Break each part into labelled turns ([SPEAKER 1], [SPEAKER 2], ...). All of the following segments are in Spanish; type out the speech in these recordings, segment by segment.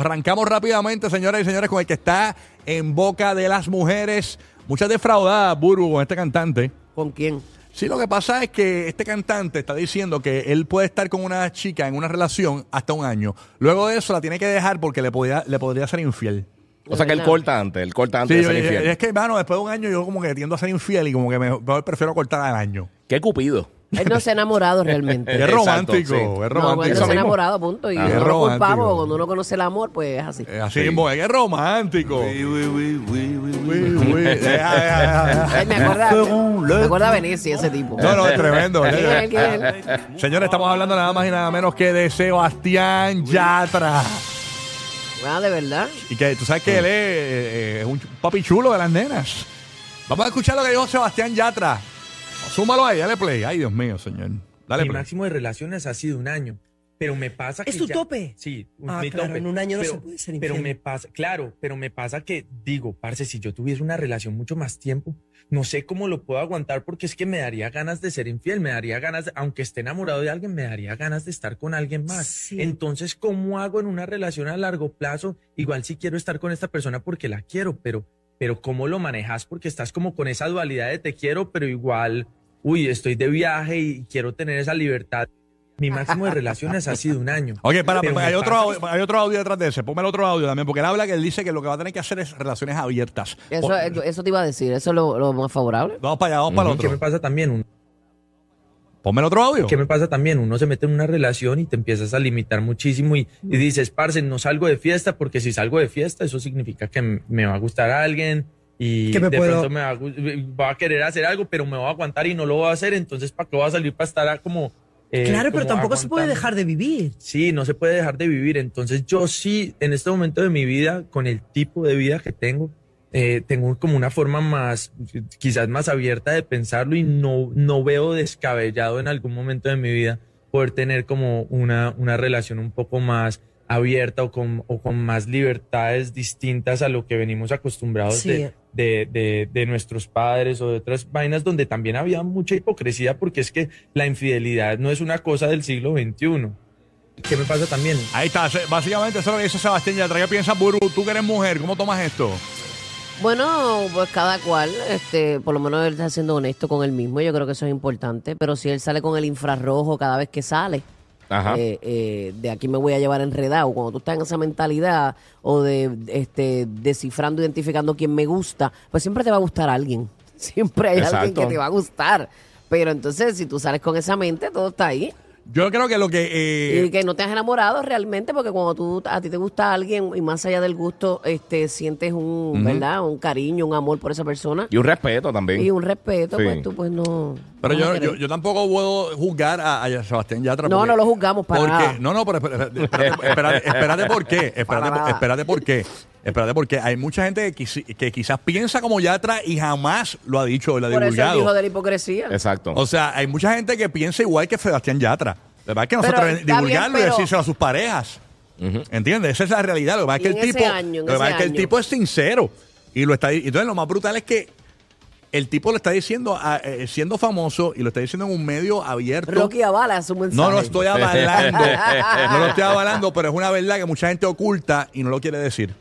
[SPEAKER 1] Arrancamos rápidamente, señoras y señores, con el que está en boca de las mujeres. Muchas defraudadas, Burbu, con este cantante.
[SPEAKER 2] ¿Con quién?
[SPEAKER 1] Sí, lo que pasa es que este cantante está diciendo que él puede estar con una chica en una relación hasta un año. Luego de eso la tiene que dejar porque le, podía, le podría ser infiel.
[SPEAKER 3] O sea que él
[SPEAKER 2] verdad.
[SPEAKER 3] corta antes, él corta antes
[SPEAKER 1] Sí,
[SPEAKER 3] de ser
[SPEAKER 1] yo-
[SPEAKER 3] infiel.
[SPEAKER 1] es que, hermano, después de un año yo como que tiendo a ser infiel y como que me, mejor prefiero cortar al año.
[SPEAKER 3] Qué cupido.
[SPEAKER 2] Él no se ha enamorado
[SPEAKER 1] Es
[SPEAKER 2] realmente.
[SPEAKER 3] Eh, Exacto,
[SPEAKER 1] romántico,
[SPEAKER 3] sí.
[SPEAKER 1] es
[SPEAKER 2] No, cuando
[SPEAKER 1] romántico.
[SPEAKER 2] se ha
[SPEAKER 3] mismo.
[SPEAKER 2] enamorado, punto. Y
[SPEAKER 1] Ah, es
[SPEAKER 2] no lo
[SPEAKER 1] romántico.
[SPEAKER 2] culpamos, porque cuando uno conoce el amor, pues es así.
[SPEAKER 1] Eh, así
[SPEAKER 3] Sí.
[SPEAKER 1] mismo, es que es romántico.
[SPEAKER 4] Oui, oui, oui, oui, oui, oui.
[SPEAKER 1] Uy, uy, deja, deja, deja.
[SPEAKER 2] Ay, me acuerda, me acuerda a Venecia ese tipo.
[SPEAKER 1] No, no, es tremendo.
[SPEAKER 2] ¿Quién es él? ¿Quién es él?
[SPEAKER 1] Señores, estamos hablando nada más y nada menos que de Sebastián Yatra.
[SPEAKER 2] Ah, de verdad.
[SPEAKER 1] Y que tú sabes que él es, eh, es un ch- papi chulo de las nenas. Vamos a escuchar lo que dijo Sebastián Yatra. Súmalo ahí, dale play. Ay, Dios mío, señor. Dale
[SPEAKER 5] Mi
[SPEAKER 1] play.
[SPEAKER 5] máximo de relaciones ha sido un año. Pero me pasa que.
[SPEAKER 6] ¿Es tu
[SPEAKER 5] ya-
[SPEAKER 6] tope?
[SPEAKER 5] Sí, un-
[SPEAKER 6] Ah,
[SPEAKER 5] mi
[SPEAKER 6] claro,
[SPEAKER 5] tope.
[SPEAKER 6] en un año no
[SPEAKER 5] Pero-
[SPEAKER 6] se puede ser
[SPEAKER 5] Pero me
[SPEAKER 6] infiel.
[SPEAKER 5] pasa, claro, pero me pasa que digo, parce, si yo tuviese una relación mucho más tiempo, no sé cómo lo puedo aguantar porque es que me daría ganas de ser infiel, me daría ganas, de- aunque esté enamorado de alguien, me daría ganas de estar con alguien más.
[SPEAKER 6] Sí.
[SPEAKER 5] Entonces, ¿cómo hago en una relación a largo plazo? Igual si quiero estar con esta persona porque la quiero, pero, pero ¿cómo lo manejas? Porque estás como con esa dualidad de te quiero, pero igual, uy, estoy de viaje y quiero tener esa libertad. Mi máximo de relaciones ha sido un año.
[SPEAKER 1] Ok, para,
[SPEAKER 5] Pero
[SPEAKER 1] para, hay,
[SPEAKER 5] me
[SPEAKER 1] otro
[SPEAKER 5] pasa
[SPEAKER 1] audio, hay otro audio detrás de ese. Ponme el otro audio también, porque él habla que él dice que lo que va a tener que hacer es relaciones abiertas.
[SPEAKER 2] Eso,
[SPEAKER 1] Pon-
[SPEAKER 2] eso te iba a decir, eso es lo, lo más favorable.
[SPEAKER 1] Vamos para allá, vamos para el
[SPEAKER 5] ¿Qué me
[SPEAKER 1] otro.
[SPEAKER 5] pasa también? Un-
[SPEAKER 1] Ponme el otro audio.
[SPEAKER 5] ¿Qué me pasa también? Uno se mete en una relación y te empiezas a limitar muchísimo y, y dices, parce, no salgo de fiesta porque si salgo de fiesta, eso significa que m- me va a gustar alguien y
[SPEAKER 6] Que me
[SPEAKER 5] de
[SPEAKER 6] puedo-
[SPEAKER 5] pronto me va a, gu- va a querer hacer algo, pero me va a aguantar y no lo va a hacer, entonces ¿para qué va a salir para estar a como... eh,
[SPEAKER 6] Claro, pero
[SPEAKER 5] como
[SPEAKER 6] tampoco se puede
[SPEAKER 5] aguantando?
[SPEAKER 6] dejar de vivir.
[SPEAKER 5] Sí, no se puede dejar de vivir. Entonces yo sí, en este momento de mi vida, con el tipo de vida que tengo, eh, tengo como una forma más, quizás más abierta de pensarlo y no, no veo descabellado en algún momento de mi vida poder tener como una, una relación un poco más abierta o con, o con más libertades distintas a lo que venimos acostumbrados
[SPEAKER 6] Sí.
[SPEAKER 5] de, de, de- de nuestros padres o de otras vainas donde también había mucha hipocresía porque es que la infidelidad no es una cosa del siglo XXI. ¿Qué me pasa también?
[SPEAKER 1] Ahí está, se- básicamente eso es lo que dice Sebastián Yatra. ¿Qué piensas, Burbu? Tú que eres mujer, ¿cómo tomas esto?
[SPEAKER 2] Bueno, pues cada cual, este, por lo menos él está siendo honesto con él mismo, yo creo que eso es importante, pero si él sale con el infrarrojo cada vez que sale,
[SPEAKER 3] Ajá.
[SPEAKER 2] eh, eh, de aquí me voy a llevar enredado. Cuando tú estás en esa mentalidad o de este, descifrando, identificando quién me gusta, pues siempre te va a gustar alguien. Siempre hay alguien
[SPEAKER 3] Exacto.
[SPEAKER 2] que te va a gustar. Pero entonces, si tú sales con esa mente, todo está ahí.
[SPEAKER 1] Yo creo que lo que... eh,
[SPEAKER 2] Y que no te has enamorado realmente, porque cuando tú a ti te gusta alguien y más allá del gusto, este, sientes un, ¿verdad? Un cariño, un amor por esa persona
[SPEAKER 3] Y un respeto también.
[SPEAKER 2] y un respeto,
[SPEAKER 3] Sí.
[SPEAKER 2] pues tú pues no.
[SPEAKER 1] Pero
[SPEAKER 2] no vas
[SPEAKER 1] yo,
[SPEAKER 2] a querer.
[SPEAKER 1] yo, yo tampoco puedo juzgar a, a Sebastián Yatra.
[SPEAKER 2] No,
[SPEAKER 1] porque-
[SPEAKER 2] no lo juzgamos para
[SPEAKER 1] porque-
[SPEAKER 2] nada.
[SPEAKER 1] No, no, pero espera- espérate, espérate, espérate, espérate por qué.
[SPEAKER 2] Para
[SPEAKER 1] Espérate, por-
[SPEAKER 2] nada.
[SPEAKER 1] espérate por qué. Espérate porque hay mucha gente que, quisi- que quizás piensa como Yatra y jamás lo ha dicho o lo ha
[SPEAKER 2] Por eso el hijo
[SPEAKER 1] divulgado.
[SPEAKER 2] de la hipocresía.
[SPEAKER 3] Exacto.
[SPEAKER 1] O sea, hay mucha gente que piensa igual que Sebastián Yatra. La verdad es que
[SPEAKER 2] Pero
[SPEAKER 1] nosotros
[SPEAKER 2] está bien,
[SPEAKER 1] divulgarlo y
[SPEAKER 2] pero-
[SPEAKER 1] decírselo a sus parejas. ¿Entiendes? Esa es la realidad. Lo que pasa es
[SPEAKER 2] Y
[SPEAKER 1] que
[SPEAKER 2] en
[SPEAKER 1] el
[SPEAKER 2] ese
[SPEAKER 1] tipo,
[SPEAKER 2] año, en
[SPEAKER 1] lo que pasa
[SPEAKER 2] ese
[SPEAKER 1] es que el
[SPEAKER 2] año.
[SPEAKER 1] tipo es sincero y lo está. y Entonces lo más brutal es que el tipo lo está diciendo a- eh, siendo famoso y lo está diciendo en un medio abierto.
[SPEAKER 2] Rocky Avala es un mensaje.
[SPEAKER 1] No lo estoy avalando. no lo estoy avalando, pero es una verdad que mucha gente oculta y no lo quiere decir.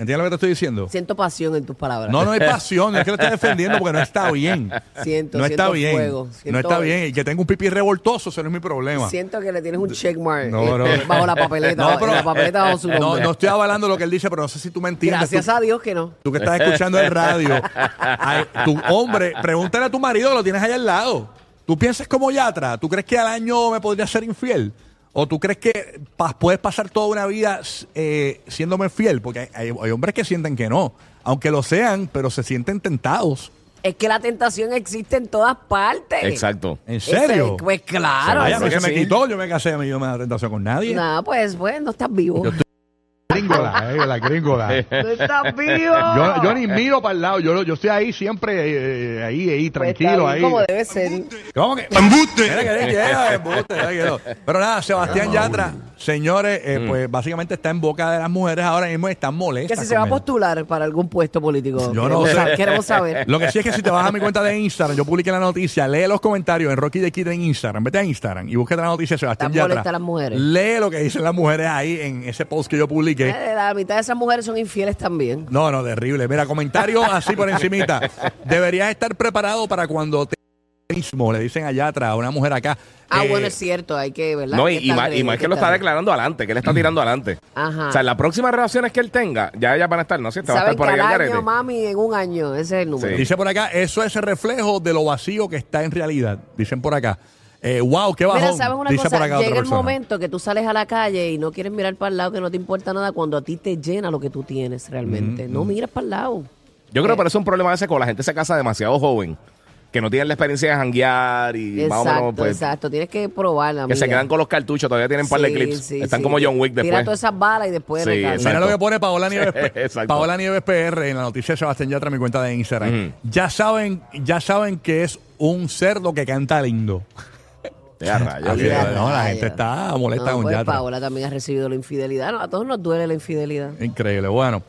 [SPEAKER 1] ¿Entiendes lo que te estoy diciendo?
[SPEAKER 2] Siento pasión en tus palabras.
[SPEAKER 1] No, no hay pasión, no es que lo esté defendiendo porque no está bien.
[SPEAKER 2] Siento,
[SPEAKER 1] no
[SPEAKER 2] siento
[SPEAKER 1] está bien.
[SPEAKER 2] fuego, siento-
[SPEAKER 1] no está bien. Y que tenga un pipí revoltoso, eso no es mi problema.
[SPEAKER 2] Siento que le tienes un checkmark
[SPEAKER 1] No, no.
[SPEAKER 2] eh, bajo la papeleta.
[SPEAKER 1] No,
[SPEAKER 2] bajo-
[SPEAKER 1] pero- eh,
[SPEAKER 2] la papeleta bajo su
[SPEAKER 1] No,
[SPEAKER 2] nombre.
[SPEAKER 1] no estoy avalando lo que él dice, pero no sé si tú me entiendes.
[SPEAKER 2] Gracias
[SPEAKER 1] Tú-
[SPEAKER 2] a Dios que no.
[SPEAKER 1] Tú que estás escuchando el radio, ay, tu hombre, pregúntale a tu marido que lo tienes allá al lado. ¿Tú piensas como Yatra? ¿Tú crees que al año me podría ser infiel? ¿O tú crees que pa- puedes pasar toda una vida eh, siéndome fiel? Porque hay, hay- hay hombres que sienten que no, aunque lo sean, pero se sienten tentados.
[SPEAKER 2] Es que la tentación existe en todas partes.
[SPEAKER 3] Exacto.
[SPEAKER 1] ¿En serio?
[SPEAKER 2] Ese- pues claro.
[SPEAKER 1] Ay, a mí
[SPEAKER 3] Claro
[SPEAKER 1] se
[SPEAKER 3] que
[SPEAKER 1] me
[SPEAKER 3] sí.
[SPEAKER 1] quitó, yo me casé, a mí yo no me da tentación con nadie.
[SPEAKER 2] No, pues, pues, no estás vivo.
[SPEAKER 1] Gringola, eh, la gringola.
[SPEAKER 2] No estás vivo.
[SPEAKER 1] Yo, yo ni miro para el lado, yo, yo estoy ahí siempre, eh, ahí, ahí,
[SPEAKER 2] Pues está
[SPEAKER 1] tranquilo,
[SPEAKER 2] bien,
[SPEAKER 1] ahí.
[SPEAKER 2] Como debe ser.
[SPEAKER 1] ¿Cómo que? Espera que- que- que- embuste, espera que no. Pero nada, Sebastián Yatra, Señores, eh, pues básicamente está en boca de las mujeres ahora mismo y están
[SPEAKER 2] Que
[SPEAKER 1] molestas.
[SPEAKER 2] si se va a
[SPEAKER 1] con él.
[SPEAKER 2] postular para algún puesto
[SPEAKER 1] Yo
[SPEAKER 2] político.
[SPEAKER 1] no
[SPEAKER 2] queremos,
[SPEAKER 1] sé.
[SPEAKER 2] sa- queremos saber.
[SPEAKER 1] Lo que sí es que si te vas a mi cuenta de Instagram, yo publiqué la noticia, lee los comentarios en Rocky de Kid en Instagram, vete a Instagram y búscate la noticia de Sebastián
[SPEAKER 2] Están
[SPEAKER 1] Yatra.
[SPEAKER 2] molestas las mujeres.
[SPEAKER 1] Lee lo que dicen las mujeres ahí en ese post que yo publiqué.
[SPEAKER 2] Eh, La mitad de esas mujeres son infieles también.
[SPEAKER 1] No, no, terrible. Mira, comentario así por encimita. Deberías estar preparado para cuando te mismo le dicen allá atrás a una mujer acá.
[SPEAKER 2] Ah,
[SPEAKER 1] Eh,
[SPEAKER 2] bueno, es cierto, hay que, ¿verdad?
[SPEAKER 3] No,
[SPEAKER 2] Hay
[SPEAKER 3] y,
[SPEAKER 2] que
[SPEAKER 3] y
[SPEAKER 2] estar
[SPEAKER 3] más,
[SPEAKER 2] ready,
[SPEAKER 3] y más
[SPEAKER 2] hay
[SPEAKER 3] que lo está
[SPEAKER 2] estar ready.
[SPEAKER 3] declarando adelante, que le está tirando adelante.
[SPEAKER 2] Ajá.
[SPEAKER 3] O sea, las próximas relaciones que él tenga, ya ellas van a estar, no sé, te va a estar
[SPEAKER 2] Saben que
[SPEAKER 3] por
[SPEAKER 2] al
[SPEAKER 3] ahí al
[SPEAKER 2] año,
[SPEAKER 3] garete.
[SPEAKER 2] mami, en un año. Ese es el número.
[SPEAKER 3] Sí.
[SPEAKER 1] Dice por acá, eso es el reflejo de lo vacío que está en realidad. Dicen por acá. Eh, wow, qué bajón.
[SPEAKER 2] Mira, ¿sabes una
[SPEAKER 1] dice por
[SPEAKER 2] cosa?
[SPEAKER 1] acá
[SPEAKER 2] Llega el
[SPEAKER 1] otra persona.
[SPEAKER 2] momento que tú sales a la calle y no quieres mirar para el lado, que no te importa nada, cuando a ti te llena lo que tú tienes realmente.
[SPEAKER 3] Mm,
[SPEAKER 2] no miras para el lado.
[SPEAKER 3] Yo creo que por eso es un problema ese cuando la gente se casa demasiado joven, que no tienen la experiencia de janguear y más o
[SPEAKER 2] exacto,
[SPEAKER 3] menos, pues,
[SPEAKER 2] exacto. Tienes que probarla,
[SPEAKER 3] que se
[SPEAKER 2] amiga.
[SPEAKER 3] quedan con los cartuchos, todavía tienen un par de
[SPEAKER 2] Sí,
[SPEAKER 3] clips.
[SPEAKER 2] sí,
[SPEAKER 3] Están
[SPEAKER 2] sí.
[SPEAKER 3] como John Wick
[SPEAKER 2] Tira
[SPEAKER 3] después.
[SPEAKER 2] todas esas balas y después
[SPEAKER 3] Sí,
[SPEAKER 2] recarga.
[SPEAKER 3] exacto.
[SPEAKER 1] Mira lo que pone Paola Nieves.
[SPEAKER 3] Exacto.
[SPEAKER 1] Paola Nieves PR en la noticia de Sebastián Yatra, en mi cuenta de Instagram. Ya saben, ya saben que es un cerdo que canta lindo.
[SPEAKER 3] Ya, rayos,
[SPEAKER 1] Así
[SPEAKER 3] que-
[SPEAKER 1] es, no, la
[SPEAKER 2] Ay,
[SPEAKER 1] gente
[SPEAKER 2] ya.
[SPEAKER 1] está molesta
[SPEAKER 2] No,
[SPEAKER 1] con
[SPEAKER 2] pues
[SPEAKER 1] Yatra.
[SPEAKER 2] Paola también ha recibido la infidelidad. No, a todos nos duele la infidelidad.
[SPEAKER 1] Increíble. Bueno,